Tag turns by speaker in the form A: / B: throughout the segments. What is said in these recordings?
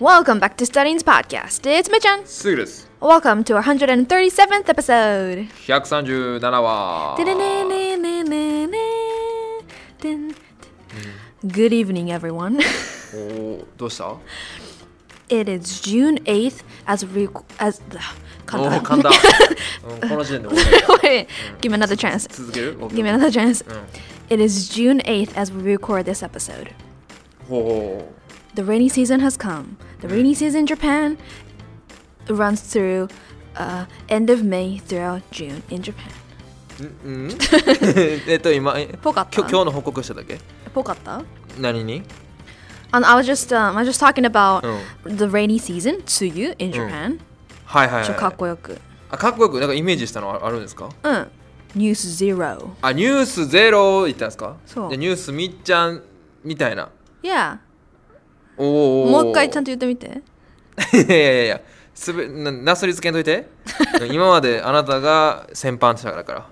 A: Welcome back to Studying's podcast. It's Michan.
B: すぐです。
A: Welcome to our 137th episode.
B: 137話。
A: Good evening, everyone.
B: おーどうしたお
A: It is June 8th as we as the
B: ー噛ん だ、うんこの時点で終わり
A: Wait, wait. Give me another chance.
B: 続ける
A: Give me another chance.
B: うん
A: It is June 8th as we record this episode.
B: ほ
A: The rainy season has come. The rainy season in Japan runs through uh, end of May throughout June in Japan.
B: ううん えっと今え
A: ぽかった
B: きょ今日の報告しただけ何に
A: And I was just um, I was just talking about
B: Oh.
A: the rainy season, tsuyu in Japan.
B: はいはい、はい、
A: ちょっとかっこよく。
B: あかっこよくなんかイメージしたのああるんですか
A: News zero.
B: あニュースゼロ言ったんですか
A: そう
B: でニュースみっちゃんみたいな
A: Yeah.
B: お お
A: もう一回ちゃんと言ってみて。
B: いやいやいやすべななすりつけんといて今まであなたが先般者だから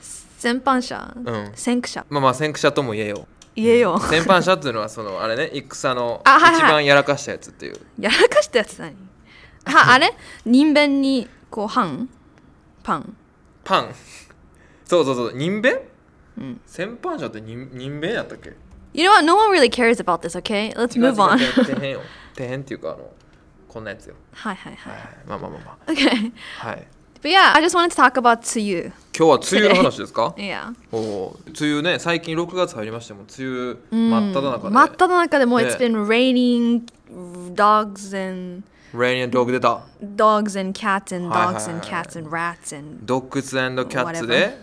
A: 先般者、
B: うん。
A: 先駆者。
B: まあまあ先駆者とも言えよう
A: 言えよ。
B: 戦犯者っていうのはそのあれね戦の
A: あはいはい
B: 一番やらかしたやつっていう
A: やらかしたやつ何はあれ人弁にこう半パン。
B: パンそうそうそう人弁戦犯者って人人弁やったっけ
A: You know what? No one really cares about this, okay? Let's move on.
B: 違う 違う底辺よ底辺っていうかあのこんなやつよはい
A: はいはいはい。
B: はいまあまあまあ ま
A: Okay.
B: あはい
A: But yeah, I just wanted to talk about Tsuyu.
B: 今日は梅雨の話ですか
A: Yeah.
B: おおう梅雨ね最近6月入りましてもう梅雨真っ只中で、
A: 真っ只中でもう、
B: ね。
A: It's been raining dogs and
B: レイニアンドッグ出た
A: dogs and cats and dogs and
B: はいはいはい。
A: cats and rats and
B: ドッグスキャッツで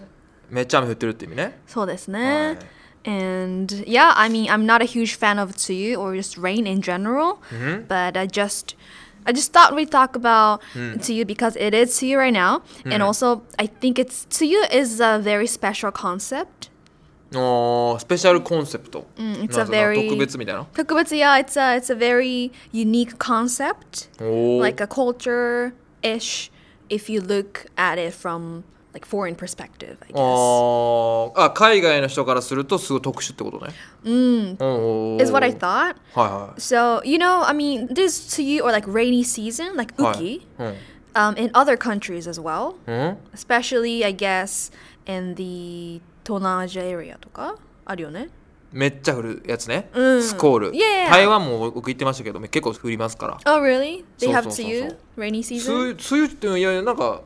B: めっちゃ雨降ってるって意味ね
A: そうですね。And yeah, I mean, I'm not a huge fan of Tsuyu or just rain in general, but I just I just thought we'd talk about Tsuyu because it is Tsuyu right now, and also I think it's Tsuyu is a very special concept.
B: おースペシャルコンセプト、
A: it's
B: なんか
A: a very-
B: 特別みたいな
A: Tokubutsu, yeah, it's a it's a very unique concept,
B: おお
A: like a culture ish. If you look at it from like foreign perspective, I guess.
B: あーあ海外の人からするとすごい特殊ってことね。うん。
A: Is what I thought.
B: はいはい。
A: So, you know, I mean, there's Tsuyu or like rainy season, like
B: はい
A: uki, um, in other countries as well. Especially, I guess, in the Tonan Asia area とかあるよね。
B: めっちゃ降るやつね。スコール。
A: Yeah.
B: 台湾も僕行ってましたけど、結構降りますから。
A: Oh, really? They have
B: そうそうそうそう
A: Tsuyu? Rainy
B: 梅雨
A: season?
B: 梅雨っていやいやなんか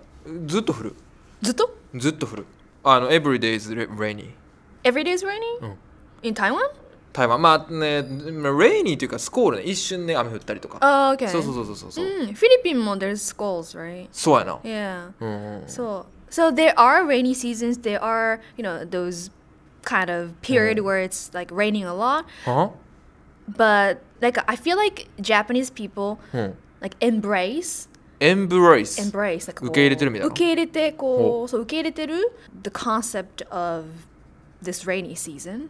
B: ずっと降る。
A: ずっと
B: ずっと降る。あの every day is rainy。
A: ?Every day is rainy?、in Taiwan?
B: 台湾まあね、まあ rainy というかスコールね一瞬ね雨降ったりとか。
A: Oh, okay.
B: そうそうそうそうそう。
A: うん、フィリピンも there's skulls, right?
B: そうやな。
A: Yeah.
B: うんうん。
A: So, so there are rainy seasons. There are, you know, those kind of period where it's like raining a lot.
B: は？
A: but like I feel like Japanese people
B: うん。
A: like embrace
B: embrace。
A: embrace like
B: 受け入れてるみたいな。
A: 受け入れてこう so 受け入れてる the concept of this rainy season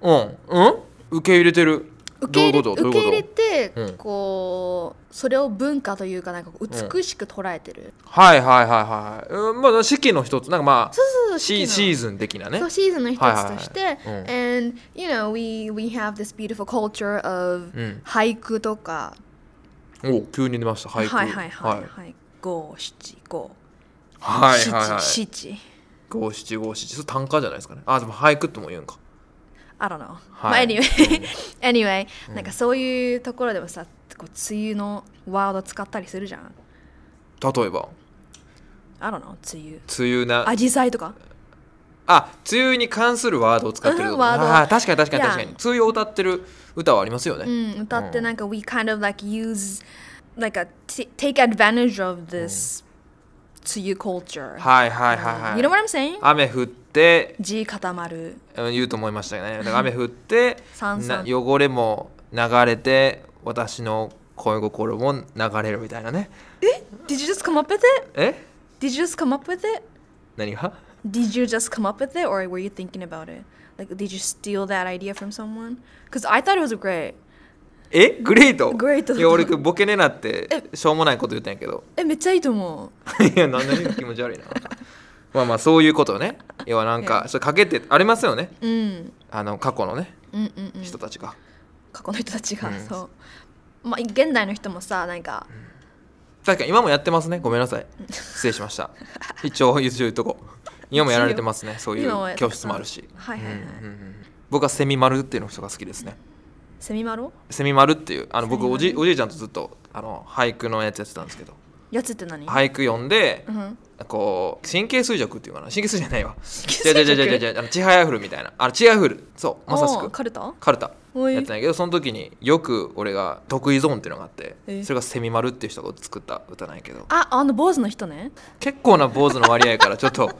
B: うんうん。受け入れてる。どういうことどういうこと。
A: 受け入れてこうそれを文化というかなんか美しく捉えてる、
B: はいはいはいはいはいうん。まあ四季の一つなんかまあ
A: そうそうそう
B: シ
A: 四季の
B: シーズン的なね。
A: そうシーズンの一つとして、
B: はいはいはい。うん。
A: and you know we we have this beautiful culture of
B: うん。
A: 俳句とか、
B: お急に出ました俳句。
A: はいはいはいはい五七五
B: はいはいはいはい。
A: 七七
B: 五七五七そう短歌じゃないですかね。あでも俳句とも言うんか。
A: I don't know. まあ
B: はい
A: anyway, anyway、なんかそういうところでもさ、こう梅雨のワード使ったりするじゃん。
B: 例えば
A: I don't know, 梅雨。
B: 梅雨な
A: アジサイとか。
B: あ梅雨に関するワードを使ってる
A: う
B: と
A: ん
B: か。
A: ワード
B: あー確かに確かに
A: いや
B: 確かに。梅雨を歌ってる歌はありますよ
A: う
B: ね。
A: ん、歌ってなんか、we kind of like use like a t- take advantage of this 梅雨 culture.
B: はいはいはいはい。
A: You know what I'm saying?
B: 雨降って
A: 地固まる。
B: うん言うと思いましたよね。だから雨降って
A: さんさん
B: な汚れも流れて私の恋心も流れるみたいなね。
A: Did you just come up with it?
B: え
A: Did you just come up with it?
B: 何が
A: Did you just come up with it or were you thinking about it? Like, did you steal that idea from someone? Because I thought it was great.
B: えグレート
A: グレート
B: いや俺ボケねなってしょうもないこと言ったんやけど
A: え、めっちゃいいと思う。
B: いやなんで気持ち悪いなまあまあそういうことね要はなんかそれかけてありますよね
A: うん、
B: あの過去のね
A: うんうんうん
B: 人たちが
A: 過去の人たちが、
B: うん
A: そうまあ、現代の人もさなんか
B: 確かに今もやってますねごめんなさい失礼しました 一応言うとこ今もやられてますねそうい
A: 今もや
B: う
A: って
B: 教
A: ます
B: 室もあるし
A: はいはいはい
B: うんうんうん僕はセミ丸っていうの人が好きですね
A: セミマロ
B: セミ丸っていうあの
A: セ
B: 僕
A: ミ
B: お
A: 丸
B: じおじいちゃんとずっとあの俳句のやつやってたんですけど
A: やつって何い、
B: 俳句読んで
A: うん、
B: こう神経衰弱っていうかな神経衰弱じゃないわ
A: 経衰弱
B: じゃじゃじゃじゃあのちはやふるみたいなあのちはやふるそうまさし
A: おー
B: く
A: カルタ
B: カルタ
A: おい
B: やってたんやけどその時によく俺が得意ゾーンっていうのがあって
A: え
B: それがセミ丸っていう人が作った歌なんやけど
A: ああの坊主の人ね
B: 結構な坊主の割合やからちょっ と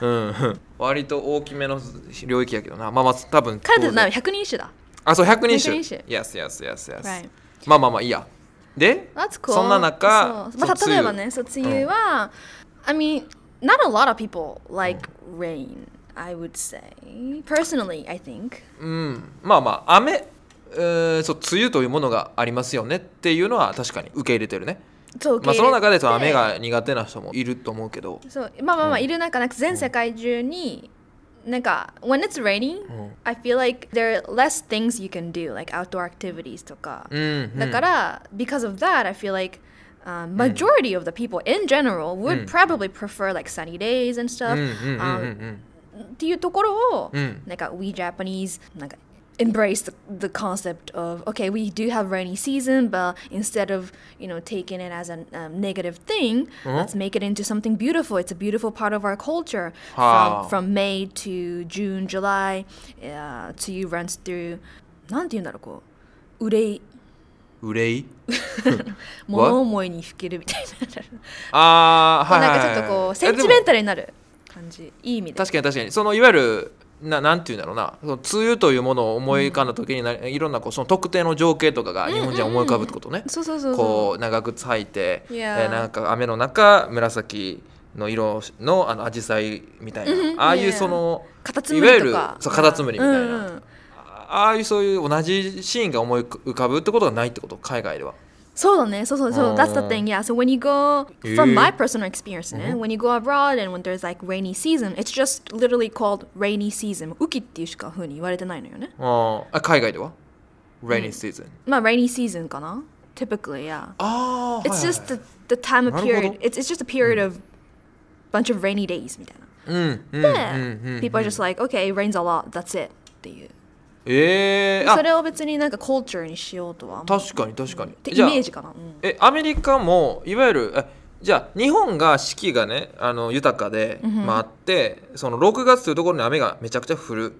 B: うん割と大きめの領域やけどなまあまあ多分
A: カルタって
B: 当
A: 何
B: 然
A: 百人一首だ
B: あそう百人
A: 百
B: 種
A: 人種
B: Yes yes yes yes、
A: Right
B: まあまあまあいいやで
A: That's cool
B: そんな中
A: そうまあ、
B: そう
A: 例えばねそう
B: 梅
A: 梅
B: 雨
A: 雨は、I mean not a lot of people like rain I would say personally I think
B: うんまあまあ雨うーんそう梅雨というものがありますよねっていうのは確かに受け入れてるね
A: そう
B: まあ、その中でそう雨
A: 受
B: が苦手な人もいると思うけど
A: け入れてそうまあまあまあいる中なんか全世界中になんか when it's raining、I feel like there are less things you can do like outdoor activities とか、
B: うん、うん
A: だから、because of that, I feel like um, majority of the people in general would probably prefer like sunny days and stuff. Um,
B: うんうんうんうんうん
A: あっていうところを、
B: うん
A: なんか we Japanese なんか embrace the, the concept of okay we do have rainy season but instead of you know taking it as a um, negative thing
B: Uh-huh.
A: let's make it into something beautiful it's a beautiful part of our culture
B: Ah.
A: from, from May to June July uh, to you runs through なんて言うんだろうこう憂い
B: 憂 い
A: 物思いにふけるみたい
B: ああ
A: な
B: はい
A: な
B: は
A: いん
B: は
A: か
B: い、
A: ちょっとこうセンチメン
B: ル
A: タルになる感じいい意味で
B: 確かに確かにそのいわゆるななんていうんだろうなその梅雨というものを思い浮かんだ時にな、いろんなこうその特定の情景とかが日本人は思い浮かぶってことね、
A: そうそうそう
B: こ
A: そう
B: 長靴履いて、
A: Yeah.
B: えーなんか雨の中紫の色のあの紫陽花みたいな、
A: うんうん
B: ああいう
A: Yeah.
B: その
A: カタツ
B: い
A: ム
B: わゆ
A: リと
B: る
A: か
B: そうカタツムリみたいな、
A: うんうん
B: ああいうそういう同じシーンが思い浮かぶってことがないってこと海外では。
A: そうだねそうそうそう
B: うん
A: that's the thing yeah so when you go
B: えー
A: from my personal experience
B: Mm-hmm。
A: ね when you go abroad and when there's like rainy season it's just literally called rainy season 雨季っていうしかふうに言われてないのよね
B: あーあ海外では ?Rainy season、
A: まあ rainy season かな typically yeah
B: Ah, ああ
A: it's just the, the time of
B: なるほど。
A: period it's, it's just a period
B: Mm.
A: of bunch of rainy days みたいな
B: うんうん
A: で
B: mm,
A: people are just like okay it rains a lot that's it っていう
B: えー、
A: そ
B: あ
A: れを別になんかコルチャーにしようとは思う
B: 確かに確かに
A: ってイ
B: じゃあ
A: メージかな、うん
B: えアメリカもいわゆるえじゃあ日本が四季がねあの豊かで、まあ、あってその6月というところに雨がめちゃくちゃ降る。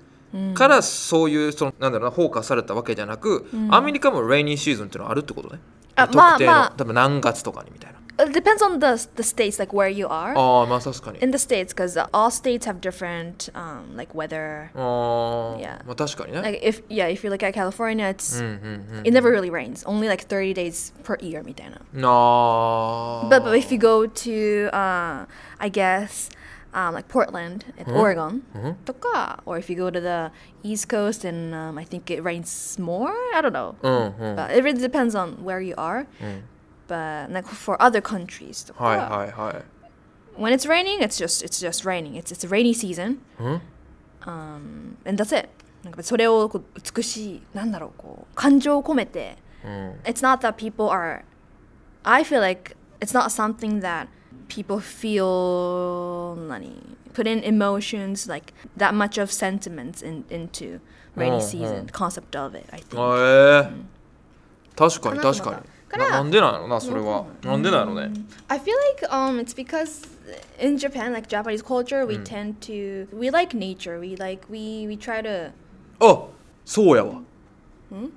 B: からそういうそのなんだろうなフォーカスされたわけじゃなく、アメリカも rainy season っていうのはあるってことね。
A: あ
B: 特定の、
A: まあまあ
B: 多分何月とかにみたいな。
A: It depends on the, the states like where you are
B: ああまあ確かに。
A: in the states because all states have different um, like weather
B: ああ、
A: Yeah.
B: まあ確かにね。
A: like if yeah if you look at California it's
B: うんうん
A: it never really rains only like 30 days per year みたいな
B: うん。なあ。
A: but, but if you go to uh, I guess um, like Portland and Oregon とか or if you go to the East Coast and um, I think it rains more I don't know
B: うんうん。は
A: but
B: い
A: it really depends on where you are but like for other countries とか、
B: はいはい。
A: when it's raining it's just it's just raining it's it's a rainy season
B: うん
A: um, and that's it なんかそれをこう美しいなんだろうこう感情を込めて
B: うん。
A: it's not that people are I feel like it's not something that people feel 何 put in emotions like that much of sentiments in, into rainy
B: うん
A: season concept of it I think
B: ええ。確かに
A: かなと思っ
B: 確
A: た
B: かに。
A: から
B: ななんでなのなそれは。なんでなのね。
A: I feel like um, it's because in Japan, like Japanese culture, we tend to we like nature. We like we we try to.
B: あそうやわ。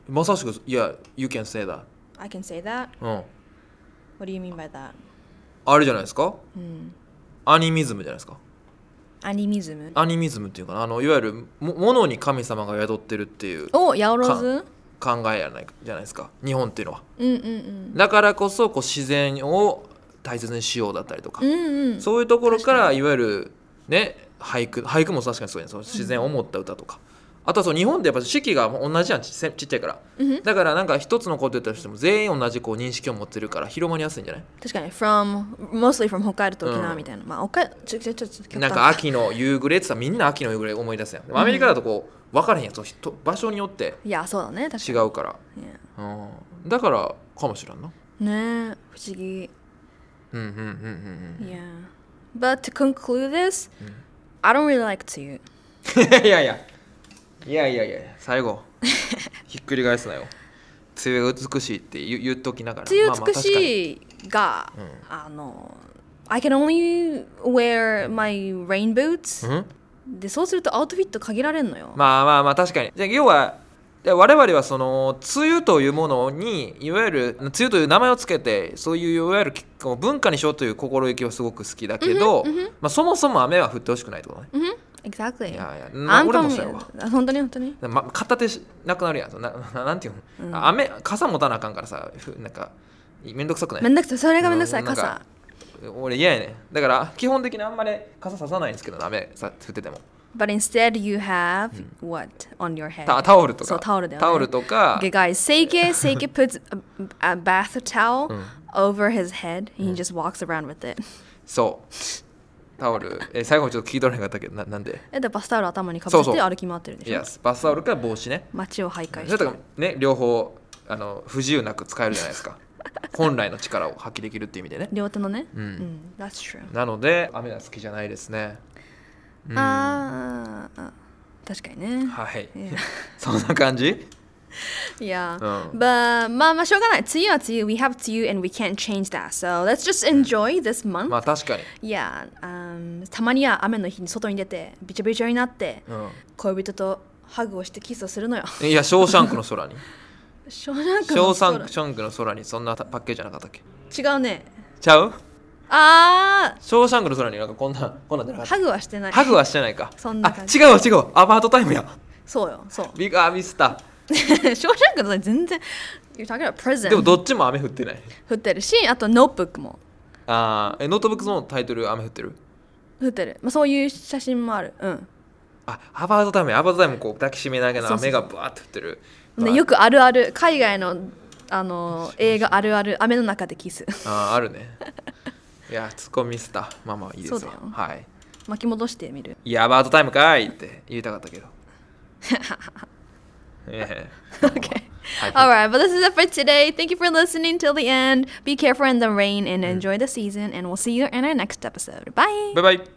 B: まさしくいや You can say that。
A: I can say that.
B: うん。
A: What do you mean by that?
B: あれじゃないですか。アニミズムじゃないですか。
A: Animism.
B: アニミズムっていうかなあのいわゆるも物に神様が宿ってるっていう考
A: Oh, yaorozu.
B: えやないじゃないですか。日本っていうのは。
A: Mm mm
B: だからこそこう自然を大切にしようだったりとか。
A: mm.
B: そういうところからいわゆるね俳句俳句も確かにそうやねその自然を思った歌とか、あとはそう日本でやっぱ四季が同じやんちせちっちゃいから、だからなんか一つのこと言ったとしても全員同じこう認識を持ってるから広まりやすいんじゃない
A: Mm. From mostly from Hokkaido to
B: う
A: Okinawa
B: ん
A: みたいな。まあ、Okkai- ちょちょちょちょ極端
B: なんか秋の夕暮れって言ったらみんな秋の夕暮れ思い出すやんでもアメリカだとこう分からへんやつをひと場所によって
A: いや、そうだね。確かに。
B: 違うから、
A: Yeah.
B: うん、だからかもしれんな
A: ねえ不思議
B: うんうんうんうんうん
A: Yeah. But to conclude this, I don't really like Tsuyu.
B: いやいやいやいやいや最 後ひっくり返すなよ梅雨が美しいって言う言っときながらまあまあ確か
A: 梅
B: に
A: 雨美しいが、あの、I can only wear my rain boots.
B: うん
A: で、そうするとアウトフィット限られんのよ。
B: まあまあまあ確かにじゃあ要はで我々はその梅雨というものにいわゆる梅雨という名前をつけてそういういわゆるこう文化にしようという心意気はすごく好きだけど、まあ、そもそも雨は降ってほしくないってことね、
A: うん Exactly.
B: いやいや
A: I'm
B: 俺
A: from
B: もそうやわ
A: あ本当に本当に
B: ま、片手しなくなるやんそなななんていうの、雨傘持たなあかんからさふなんかめんどくさくない
A: めんどくさい。それがめんどくさい。
B: うんなん
A: 傘
B: か。俺嫌やねんだから基本的にあんまり傘ささないんですけど雨さ降ってても
A: But instead you have what on your head?
B: タタオルとか
A: そう、タオルだよね
B: タオルとか
A: Okay, guys, Seike, Seike puts a, a bath towel over his head and
B: Mm.
A: he just walks around with it.
B: そうタオルえ最後ちょっと聞き取れなかったけどななんで
A: えでバスタオル頭にか
B: そ
A: ぶ
B: う
A: せ
B: そう
A: て歩き回ってるでしょ
B: Yes バスタオルか帽子ね
A: 街を徘
B: そ
A: 徊
B: れ
A: して
B: とかね両方あの不自由なく使えるじゃないです か本来の力を発揮できるっていう意味でね
A: 両手のね、うん That's true、
B: なので雨は好きじゃないですね
A: あーあー確かにね
B: はい
A: いや
B: そんな感じ
A: いや、
B: うん
A: But まあまあしょうがない梅雨は梅雨 We have 梅雨 and we can't change that So let's just enjoy this month、
B: まあ確かに
A: Yeah、um, たまには雨の日に外に出てびちょびちょになって、
B: うん
A: 恋人とハグをしてキスをす るのよ
B: いや「ショーシャンクの空に」
A: ショーなん
B: シ
A: か
B: ョ
A: の
B: ーシャ
A: 空
B: ンクショーシャンクの空にそんなパッケージじゃなかったっけ
A: 違うね
B: ちゃう
A: あ
B: ショーシャンクの空になんかこんな こんなんじゃな
A: あ
B: かっ
A: ハグはしてない
B: たハグはしてないか
A: そんな感じ
B: あ違うわ違うわアパートタイムや
A: そうよそう
B: ビガーミスタ
A: ショーシャンクの空全然 You're talking about
B: ー
A: prison
B: でもどっちも雨降ってない
A: 降ってるしあとノートブックも
B: あーえノートブックスのタイトル雨降ってる
A: 降ってる、まあ、そういう写真もあるうん
B: あアパートタイムやアパートタイムこう抱きしめながら
A: そうそう
B: 雨がバーって降ってる
A: でよくあるある海外のあの映画あるある雨の中でキス
B: あーあるねいやツッコミミスターまあまあいいですよ
A: そうだよ
B: はい
A: 巻き戻してみる
B: いやアパートタイムかーいって言いたかったけど ええ
A: Okay.
B: はい
A: All right, but this is it for today. Thank you for listening till the end. Be careful in the rain and enjoy the season, and we'll see you in our next episode. Bye.
B: バイバイ